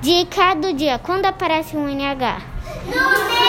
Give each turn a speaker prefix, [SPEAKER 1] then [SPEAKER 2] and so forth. [SPEAKER 1] Dica do dia: quando aparece um NH?
[SPEAKER 2] No